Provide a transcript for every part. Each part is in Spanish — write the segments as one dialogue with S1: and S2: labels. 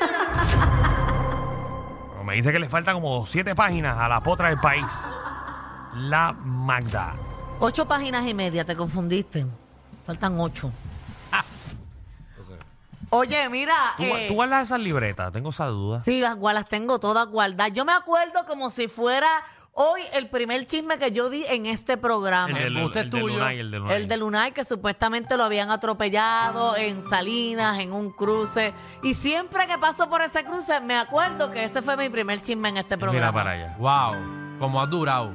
S1: acabado.
S2: Me dice que le faltan como siete páginas a la potra del país. La Magda.
S1: Ocho páginas y media, te confundiste. Faltan ocho. Oye, mira.
S2: ¿Tú,
S1: eh,
S2: tú guardas esas libretas? Tengo esa duda.
S1: Sí, las, gua- las tengo todas guardadas. Yo me acuerdo como si fuera hoy el primer chisme que yo di en este programa.
S2: del-
S3: embuste
S2: del
S3: tuyo.
S2: Lunay, el de Lunay.
S1: El de Lunar, que supuestamente lo habían atropellado en Salinas, en un cruce. Y siempre que paso por ese cruce, me acuerdo que ese fue mi primer chisme en este programa.
S2: Mira para allá.
S3: Wow, como ha durado.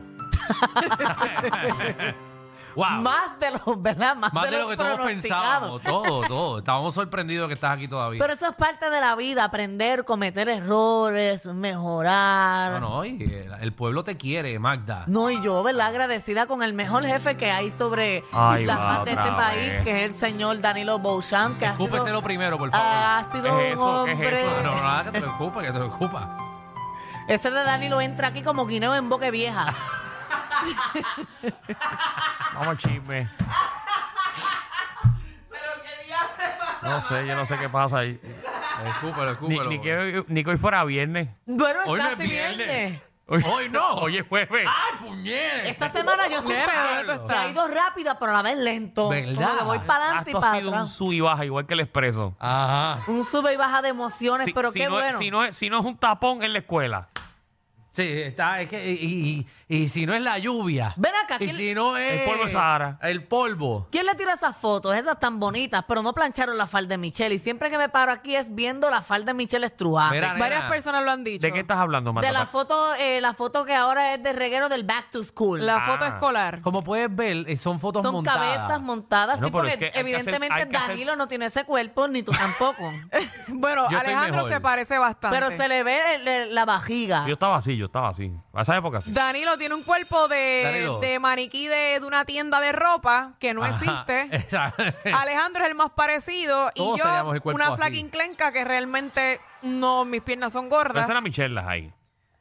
S3: wow.
S1: Más de lo, ¿verdad? Más,
S3: Más de lo que todos
S1: pronosticado.
S3: pensábamos, todo, todo. Estábamos sorprendidos que estás aquí todavía.
S1: Pero eso es parte de la vida, aprender, cometer errores, mejorar.
S3: no, no, y el, el pueblo te quiere, Magda.
S1: No, y yo, ¿verdad? Agradecida con el mejor jefe que hay sobre
S2: Ahí
S1: la
S2: va
S1: faz de
S2: otra
S1: este
S2: vez.
S1: país, que es el señor Danilo Beauchamp, que ha
S3: Escúpeselo
S1: sido,
S3: primero, por favor.
S1: ha sido
S2: ¿Qué es
S1: un
S2: eso? ¿Qué es
S1: hombre.
S2: eso?
S3: No, no, nada, que te lo escupa, que te lo escupa.
S1: Ese de Danilo entra aquí como guineo en boque vieja.
S2: Vamos al chisme. No sé, yo no sé qué pasa ahí.
S3: Escúpelo,
S2: Ni,
S3: escúpelo.
S2: ni que, hoy- ni que hoy fuera viernes.
S1: Bueno, es
S3: Hoy no es
S1: casi viernes.
S3: viernes. Hoy no.
S2: Hoy es jueves.
S3: ¡Ay, puñete!
S1: Esta semana yo
S3: Puñeta,
S1: siempre
S3: Pablo.
S1: me he ido rápida, pero a la vez lento.
S3: ¿Verdad?
S1: Como que voy para adelante Ah, y
S2: Esto
S1: para
S2: ha sido un
S1: atrás.
S2: sub y baja, igual que el expreso.
S3: Ajá.
S1: Un... sube y baja de emociones,
S2: Si-
S1: pero
S2: si
S1: qué
S2: no es-
S1: bueno.
S2: si, no es, si no es un tapón en la escuela.
S3: Sí, está, es que, y, y- y si no es la lluvia.
S1: Ven acá,
S3: Y
S1: ¿quién-
S3: si no es.
S2: El polvo de Sahara.
S3: El polvo.
S1: ¿Quién le tira esas fotos? Esas tan bonitas, pero no plancharon la falda de Michelle. Y siempre que me paro aquí es viendo la falda de Michelle estrujada.
S3: Mira, nena,
S4: Varias personas lo han dicho.
S2: ¿De qué estás hablando, Marta?
S1: De la foto, eh, la foto que ahora es de reguero del back to school.
S4: La
S2: Ah.
S4: foto escolar.
S3: Como puedes ver, eh, son fotos
S1: Son
S3: montadas.
S1: cabezas montadas,
S2: No,
S1: sí,
S2: pero
S1: porque
S2: es que hay que hacer-
S1: evidentemente
S2: hay que hacer-
S1: Danilo no tiene ese cuerpo, ni tú tampoco.
S4: Bueno,
S3: Yo estoy
S4: Alejandro
S3: mejor.
S4: se parece bastante.
S1: pero se le ve el- el- la vajiga.
S2: Yo estaba así, yo estaba así. A esa época sí.
S4: Danilo tiene un cuerpo de,
S3: Danilo.
S4: de maniquí de, de una tienda de ropa que no
S3: Ajá,
S4: existe.
S3: exacto.
S4: Alejandro es el más parecido y
S3: Todos teníamos el
S4: yo
S3: cuerpo
S4: una
S3: así.
S4: flaquinclenca que realmente no, mis piernas son
S2: Pero
S4: gordas.
S2: esa era Michelle ahí.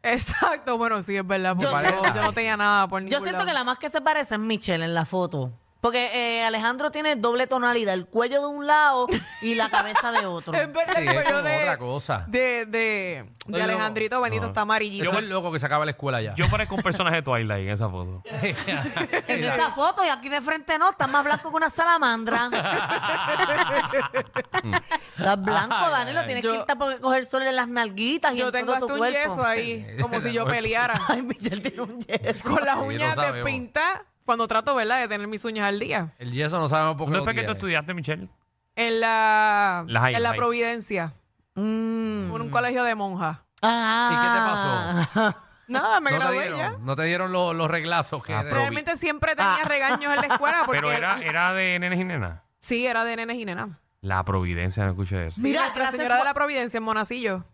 S4: Exacto, bueno, sí, es verdad.
S1: Yo
S4: porque
S3: siento-
S4: Yo, yo no tenía nada por ningún
S1: Yo siento
S4: lado.
S1: que la más que se parece es Michelle en la foto. Porque eh, Alejandro tiene doble tonalidad, el cuello de un lado y la cabeza de otro.
S4: Es verdad,
S3: Sí, es
S4: pero yo
S3: como
S4: de,
S3: otra cosa.
S4: De, de, de
S3: Estoy
S4: Alejandrito, bendito,
S2: No.
S4: está amarillito.
S3: Estoy loco que se acaba la escuela ya.
S2: Yo parezco un personaje de Twilight en esa foto.
S1: en esa foto y aquí de frente no, está más blanco que una salamandra. Estás blanco,
S3: Ay,
S1: Danilo,
S3: ay,
S1: tienes
S4: yo-
S1: que irte a po- coger sol en las nalguitas y
S4: Yo
S1: en
S4: tengo
S1: todo
S4: hasta
S1: tu
S4: un
S1: cuerpo.
S4: yeso ahí, como si yo
S3: Bueno.
S4: peleara.
S1: Ay, Michelle tiene un yeso.
S4: Con las
S3: Sí, lo
S4: uñas de
S3: sabemos.
S4: pinta, cuando trato, ¿verdad?, de tener mis uñas al día.
S3: El yeso no sabemos por qué.
S2: ¿Dónde
S3: lo
S2: fue que tú
S3: tiene.
S2: estudiaste, Michelle?
S4: En la,
S2: Las hay,
S4: en la
S2: hay.
S4: Providencia,
S1: Mm.
S4: en un colegio de monjas.
S1: Ah.
S4: Nada, me
S3: No te
S4: gradué ya.
S3: dieron, no te dieron los, los reglazos que
S2: Ah,
S3: de-
S2: pero-
S4: Realmente siempre tenía regaños en la escuela porque...
S2: Pero era, era de nenes y nenas.
S4: Sí, era de nenes y nenas.
S2: La Providencia, no escuché eso.
S1: Mira,
S4: Mira, la
S1: gracias
S4: señora
S1: por-
S4: de la Providencia en Monacillo.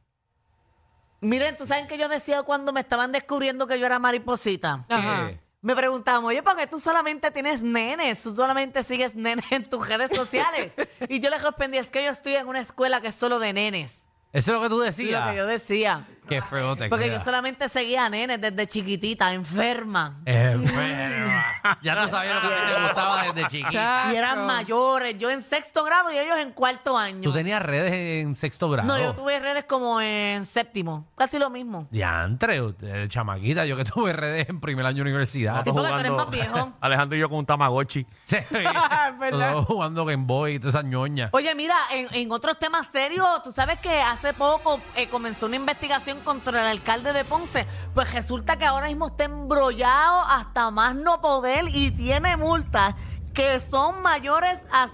S1: Miren, ¿tú saben que yo decía cuando me estaban descubriendo que yo era mariposita?
S3: ¿Qué?
S4: Ajá.
S1: Me preguntaban, oye, ¿por qué tú solamente tienes nenes? ¿Tú solamente sigues nenes en tus redes sociales? y yo les respondí, es que yo estoy en una escuela que es solo de nenes.
S3: Eso es lo que tú
S1: Es
S4: ah.
S1: lo que yo
S3: decías.
S1: decía.
S3: Qué feo te
S1: Porque
S3: queda.
S1: yo solamente seguía a nenes desde chiquitita, enferma.
S3: Enferma. ya tú sabías lo que a ti te gustaba desde chiquita.
S4: Chacho.
S1: Y eran mayores, yo en sexto grado y ellos en cuarto año.
S3: Tú tenías redes en sexto grado.
S1: No, yo tuve redes como en séptimo, casi lo mismo.
S3: Diantre, usted, chamaquita, yo que tuve redes en primer año de universidad.
S1: Sí,
S2: Nosotros
S1: porque tú eres más viejo.
S2: Alejandro y yo con un Tamagotchi.
S3: Sí.
S4: Es verdad.
S3: Todos jugando Game Boy y todas esas ñoñas.
S1: Oye, mira, en, en otros temas serios, tú sabes que hace poco eh, comenzó una investigación contra el alcalde de Ponce. Pues resulta que ahora mismo está embrollado hasta más no poder y tiene multas que son mayores a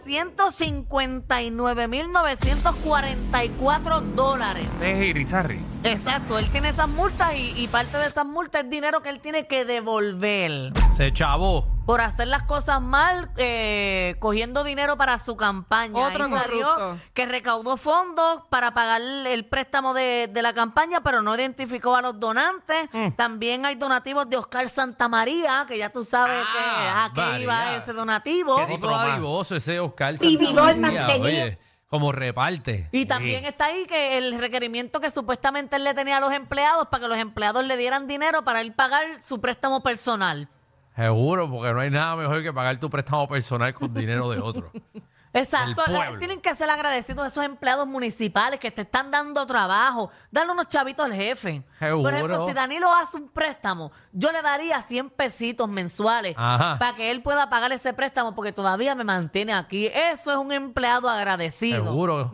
S1: 159.944 dólares.
S2: Es Irizarry.
S1: Exacto, él tiene esas multas y, y parte de esas multas es dinero que él tiene que devolver
S3: Se chavó.
S1: por hacer las cosas mal, eh, cogiendo dinero para su campaña.
S4: Otro
S1: Ahí salió
S4: corrupto.
S1: Que recaudó fondos para pagar el préstamo de, de la campaña, pero no identificó a los donantes.
S3: Mm.
S1: También hay donativos de Oscar Santamaría, que ya tú sabes
S3: Ah,
S1: que, a qué iba
S3: variedad.
S1: ese donativo.
S3: Qué tipo
S2: Otro más.
S3: adivoso ese Oscar.
S1: Vividor
S3: Santamaría,
S1: mantenido.
S3: Oye, como reparte.
S1: Y también está ahí que el requerimiento que supuestamente él le tenía a los empleados para que los empleados le dieran dinero para él pagar su préstamo personal.
S3: Seguro, porque no hay nada mejor que pagar tu préstamo personal con dinero de otro.
S1: Exacto,
S3: del
S1: la-
S3: pueblo.
S1: tienen que ser agradecidos a esos empleados municipales que te están dando trabajo. Dale unos chavitos al jefe. Por ejemplo,
S3: Seguro.
S1: si Danilo hace un préstamo, yo le daría 100 pesitos mensuales
S3: Ajá.
S1: para que él pueda pagar ese préstamo porque todavía me mantiene aquí. Eso es un empleado agradecido.
S3: Seguro.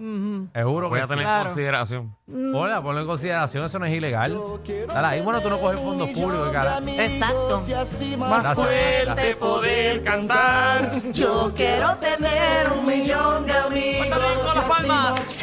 S3: Seguro
S2: Voy
S3: que
S2: a
S3: sí.
S2: tener
S4: Claro.
S2: consideración.
S1: Mm.
S3: Hola, ponlo en consideración, eso no es ilegal. Dale, ahí bueno, tú no coges fondos públicos, cara.
S1: Exacto.
S3: Gracias, gracias.
S2: poder cantar.
S1: Yo quiero tener un millón de amigos.
S4: Las palmas.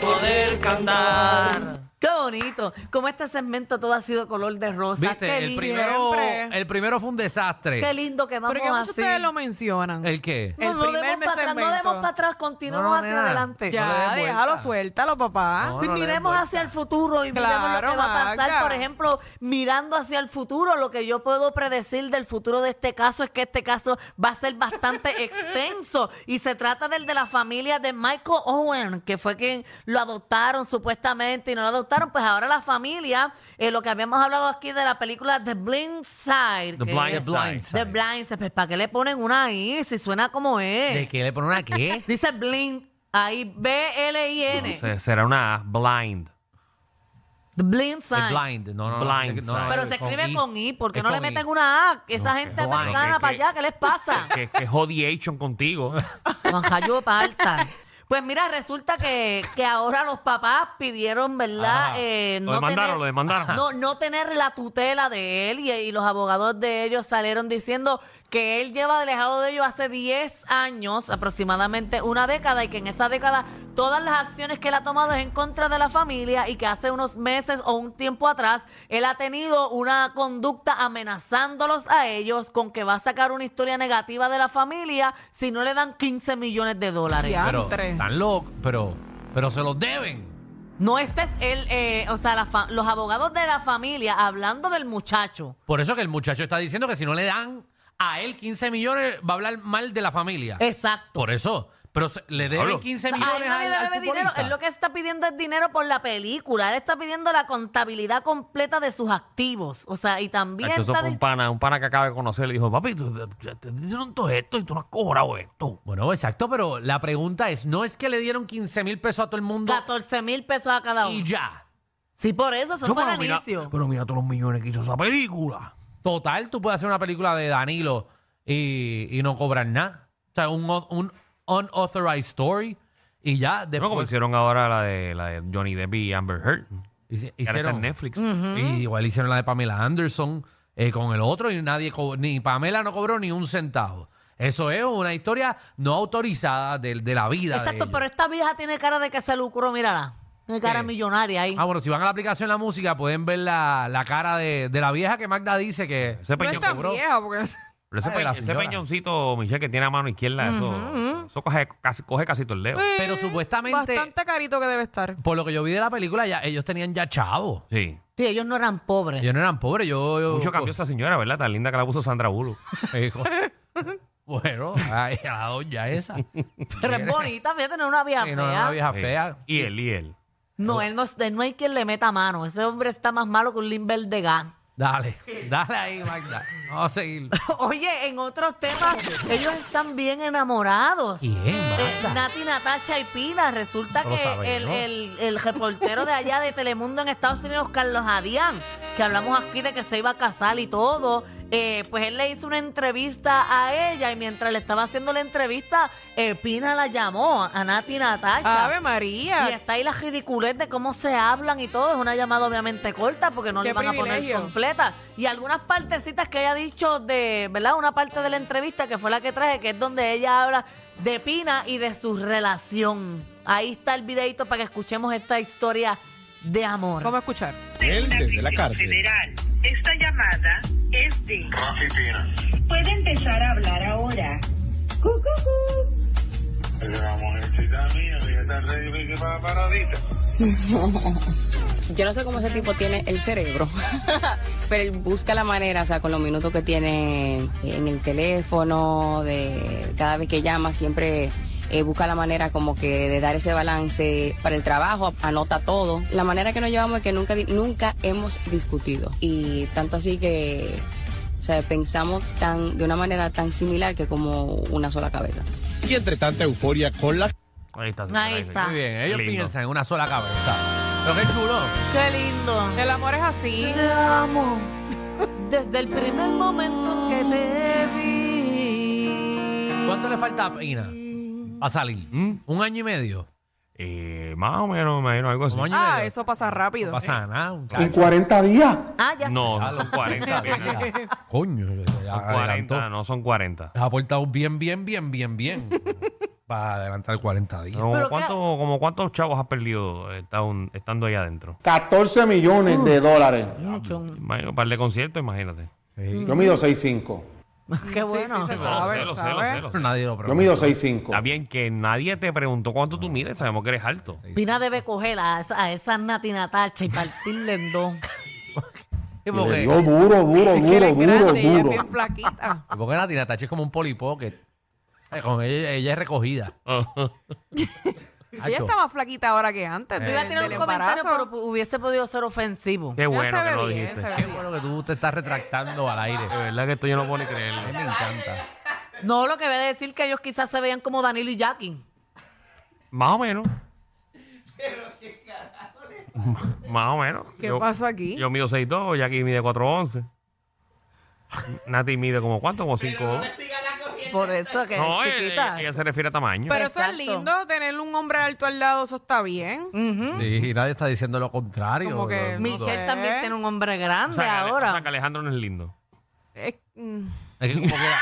S2: Poder cantar.
S1: Qué bonito. Como este segmento todo ha sido color de rosa.
S3: Viste,
S1: Qué
S3: el
S1: lindo.
S3: primero,
S4: Siempre.
S3: el primero fue un
S1: Qué
S3: desastre.
S1: lindo que vamos
S4: Pero que muchos
S1: así.
S4: de ustedes lo mencionan.
S3: ¿El qué?
S1: No,
S4: El
S1: no
S4: primer
S1: demos para atrás, no
S4: segmento.
S1: demos para atrás, continuemos
S3: No, no,
S1: hacia
S3: nena.
S1: adelante.
S3: No le des
S4: ya,
S3: vuelta.
S4: déjalo, suéltalo, papá.
S3: No,
S1: Si
S3: no le des
S1: miremos
S3: vuelta.
S1: hacia el futuro y miremos lo
S4: Claro,
S1: que va a pasar,
S4: Maca.
S1: por ejemplo, mirando hacia el futuro, lo que yo puedo predecir del futuro de este caso es que este caso va a ser bastante extenso y se trata del de la familia de Michael Owen, que fue quien lo adoptaron supuestamente y no lo adoptaron, pues ahora la familia, eh, lo que habíamos hablado aquí de la película The Blind Side,
S2: The
S1: que
S2: Blind
S1: es-
S2: Blind
S1: The Blind Side, pues, ¿para qué le ponen una I si suena como es?
S3: ¿De qué le ponen una qué?
S1: Dice blind, ahí B-L-I-N.
S2: Se- Será una A, blind.
S1: The blind
S3: El
S1: sign.
S3: blind, no, no, no,
S2: Blind
S3: no, no, no,
S1: Pero
S3: no,
S1: se escribe con I, ¿por qué
S3: Es
S1: no le
S3: con I.
S1: meten una A? Esa
S2: No,
S1: gente
S2: que Juan,
S1: americana
S2: que-
S1: para
S2: que-
S1: allá, ¿qué les pasa?
S2: Que, que es odiation contigo.
S1: Manjayo parta. Pues mira, resulta que, que ahora los papás pidieron, ¿verdad?
S3: Ajá.
S1: Eh,
S2: Lo demandaron, lo demandaron.
S1: No, no tener la tutela de él y, y los abogados de ellos salieron diciendo que él lleva alejado de ellos hace 10 años, aproximadamente una década, y que en esa década todas las acciones que él ha tomado es en contra de la familia y que hace unos meses o un tiempo atrás él ha tenido una conducta amenazándolos a ellos con que va a sacar una historia negativa de la familia si no le dan 15 millones de dólares.
S4: Ya.
S3: Pero
S4: Antre.
S3: están locos, pero, pero se los deben.
S1: No, este es el, eh, o sea, la fa- los abogados de la familia hablando del muchacho.
S3: Por eso que el muchacho está diciendo que si no le dan a él 15 millones, va a hablar mal de la familia.
S1: Exacto.
S3: Por eso. Pero se- le deben
S2: Pablo.
S3: 15
S1: A
S3: millones
S1: él nadie
S3: al,
S1: le
S3: al
S1: debe dinero.
S3: futbolista.
S1: Él lo que está pidiendo es dinero por la película. Él está pidiendo la contabilidad completa de sus activos. O sea, y también
S2: Esto
S1: está
S2: fue un
S1: di-
S2: pana, un pana que acaba de conocer. Le dijo, papi, tú- te te dicen todo esto y tú no has cobrado esto.
S3: Bueno, exacto, pero la pregunta es, no es que le dieron 15 mil pesos a todo el mundo
S1: 14 mil pesos a cada
S3: y
S1: uno.
S3: ya.
S1: Sí, por eso, eso
S2: Yo,
S1: fue
S2: pero,
S1: el
S2: mira,
S1: inicio.
S2: pero mira todos los millones que hizo esa película.
S3: Total, tú puedes hacer una película de Danilo y, y no cobrar nada. O sea, un, o- un unauthorized story y
S2: No,
S3: ya
S2: como
S3: después
S2: hicieron ahora la de, la de Johnny Depp y Amber Heard. Que ahora está
S3: hici-
S2: en
S3: hicieron
S2: Netflix.
S3: y igual hicieron la de Pamela Anderson eh, con el otro y nadie co- ni Pamela no cobró ni un centavo. Eso es una historia no autorizada de, de la vida. de
S1: Exacto,
S3: ellos.
S1: pero esta vieja tiene cara de que se lucró, mírala. Tiene cara
S3: ¿Qué?
S1: millonaria ahí.
S3: Ah, bueno, si van a la aplicación La Música pueden ver la, la cara de, de la vieja que Magda dice que...
S2: Ese
S4: No
S2: peñón
S4: es tan
S2: cobró.
S4: vieja, porque es-
S2: Pero ese,
S3: Ay,
S2: peñ-
S3: la
S2: ese
S3: señora.
S2: peñoncito, Michelle, que tiene a mano izquierda, eso- eso, coge, casi, coge casi todo el dedo.
S3: Pero supuestamente-
S4: Bastante carito que debe estar.
S3: Por lo que yo vi de la película, ya, ellos tenían ya chavo.
S2: Sí.
S1: Sí, ellos no eran pobres.
S3: Ellos no eran pobres, yo... yo-
S2: Mucho cambió esa señora, ¿verdad? Tan linda que la puso Sandra Bullock.
S3: Eh, co- bueno, ay, a la doña esa.
S1: Pero es bonita, fíjate, no es una vieja
S3: Sí,
S1: fea.
S3: no,
S1: No,
S3: una vieja
S2: Sí.
S3: fea.
S2: Y él, y él.
S1: él no, es- él no hay quien le meta mano. Ese hombre está más malo que un Limber de gas.
S3: Dale, dale ahí, Magda. Vamos a seguir.
S1: Oye, en otros temas, ellos están bien enamorados.
S3: ¿Quién,
S1: Eh,
S3: Magda?
S1: Nati, Natacha y Pina. Resulta
S3: No lo
S1: que
S3: sabe,
S1: el,
S3: ¿no?
S1: el- el reportero de allá de Telemundo en Estados Unidos, Carlos Adián, que hablamos aquí de que se iba a casar y todo, eh, pues él le hizo una entrevista a ella y mientras le estaba haciendo la entrevista, eh, Pina la llamó a Nati Natacha.
S4: Ave
S1: y
S4: María.
S1: está ahí la ridiculez de cómo se hablan y todo. Es una llamada obviamente corta porque no le
S4: Qué
S1: van a poner
S4: privilegio.
S1: completa. Y algunas partecitas que ella ha dicho de, ¿verdad? Una parte de la entrevista que fue la que traje, que es donde ella habla de Pina y de su relación. Ahí está el videito para que escuchemos esta historia de amor.
S4: Vamos a escuchar.
S5: Él desde la cárcel.
S6: Federal. Esta llamada es de.
S7: Rafi Pina,
S6: Puede empezar a hablar ahora.
S7: es una mujercita mía, que está re difícil para paradita.
S8: Yo no sé cómo ese tipo tiene el cerebro, pero él busca la manera, o sea, con los minutos que tiene en el teléfono, de cada vez que llama, siempre eh, busca la manera como que de dar ese balance para el trabajo, anota todo. La manera que nos llevamos es que nunca, di- nunca hemos discutido. Y tanto así que, o sea, pensamos tan, de una manera tan similar que como una sola cabeza.
S5: y entre tanta euforia con la
S2: Ahí está. señora,
S1: Ahí
S2: sí.
S1: está.
S3: Muy
S4: Ah.
S3: bien, ellos
S2: Lindo.
S3: piensan en una sola cabeza. Pero qué chulo.
S1: Qué lindo.
S4: El amor es así.
S1: Te amo desde el primer momento que te vi.
S3: ¿Cuánto le falta a Pina a salir?
S2: ¿Mm?
S3: ¿Un año y medio?
S2: Eh, más o menos, me imagino algo así.
S3: ¿Un año y
S4: Ah,
S3: medio?
S4: eso pasa rápido.
S3: No pasa nada. un
S9: En
S3: cacho.
S9: 40 días.
S1: Ah, ya.
S2: No,
S3: Ah,
S2: son 40. bien, son
S3: Coño, le- le adelantó.
S2: 40, no son 40.
S3: Has aportado bien, bien, bien, bien, bien. Para adelantar 40 días.
S2: Como,
S1: Pero qué-
S2: cuánto- como cuántos chavos has perdido eh, estando- estando ahí adentro?
S9: 14 millones de dólares.
S1: Mucho.
S2: Imagino, para el concierto, imagínate.
S9: Yo mido 6'5.
S1: Qué
S4: Sí,
S1: bueno.
S4: sí, se
S2: Pero,
S4: sabe,
S2: celo, celo,
S4: se sabe.
S2: celo,
S3: Pero
S2: celo.
S3: nadie lo
S9: Yo mido
S3: preguntó.
S9: 6'5.
S2: Está bien que nadie te preguntó cuánto tú mides, sabemos que eres alto.
S1: Pina debe coger a esa, a esa Nati Natacha y partirle en dos.
S3: ¿Y
S9: Y
S3: por
S9: le
S3: qué?
S9: dio duro, duro,
S4: Es que él
S9: duro, duro,
S4: es grande, ella es
S9: duro.
S4: bien flaquita.
S3: ¿Y por qué la Tina Tachi es como un polipocket? Ay, Con ella, ella es recogida.
S4: Ella
S3: Hacho.
S4: está más flaquita ahora que antes.
S1: Yo
S4: de-
S1: iba a tirar
S4: del
S1: un comentario,
S4: embarazo.
S1: pero hubiese podido ser ofensivo.
S2: Qué
S4: Ya
S2: bueno
S4: se
S2: que
S4: ve
S2: lo
S4: bien,
S2: dijiste.
S4: se ve
S3: Qué bueno que tú te estás retractando al aire.
S2: De verdad que esto yo no puedo ni creerlo.
S3: A mí me encanta.
S1: No, lo que voy a decir que ellos quizás se veían como Danilo y Jackie.
S2: Más o menos. Más o menos.
S4: ¿Qué
S2: Yo-
S4: pasó aquí?
S2: Yo mido 6'2, Jackie mide 4'11. Nati mide como cuánto, como 5.
S1: Por eso que
S2: No, eh,
S1: es
S2: ella,
S1: chiquita.
S2: ella- ella se refiere a tamaño.
S4: Pero eso es
S1: Exacto.
S4: lindo, tener un hombre alto al lado, eso está bien.
S3: Sí, nadie está diciendo lo contrario.
S4: Como que-
S3: Lo-
S4: Michelle-
S1: Michelle también tiene un hombre
S2: O
S1: grande
S2: sea, que Ale-
S1: ahora.
S2: o sea, que Alejandro no es lindo.
S4: Es, mm,
S3: Es que como que...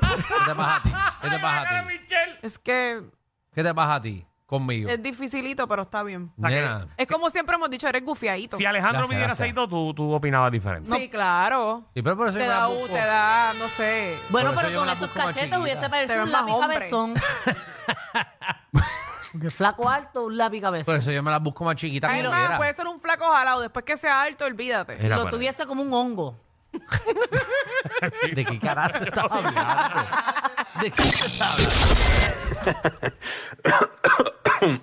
S3: ¿Qué te pasa a ti? ¿Qué te pasa a ti?
S4: es que
S3: ¿Qué te pasa a ti conmigo?
S4: es dificilito, pero está bien.
S2: sea, que-
S3: Nena,
S4: Es como siempre hemos dicho, eres gufiadito.
S2: Si Alejandro
S3: Gracias,
S2: midiera
S3: gracias.
S2: 6'2, tú, tú opinabas diferente.
S4: Sí, claro.
S3: y pero por eso
S4: Te
S3: yo me la
S4: da, U,
S3: busco.
S4: te da, no sé.
S1: Bueno,
S3: Por
S1: pero
S3: eso yo
S1: con
S3: la
S1: esos
S3: busco más
S1: cachetes
S3: chiquita.
S1: hubiese
S4: Te
S1: parecido
S4: ves
S1: un
S4: más
S1: lápiz
S4: hombre.
S1: cabezón. Porque flaco alto, un lápiz
S3: Por
S1: cabezón.
S2: Pues,
S3: eso yo me la busco más chiquita como
S4: Además,
S3: quiera.
S4: puede ser un flaco jalado. Después que sea alto, olvídate.
S2: Era
S1: Lo
S2: para-
S1: tuviese como un hongo.
S3: ¿De qué carajo tú estás hablando? ¿De qué tú estás hablando?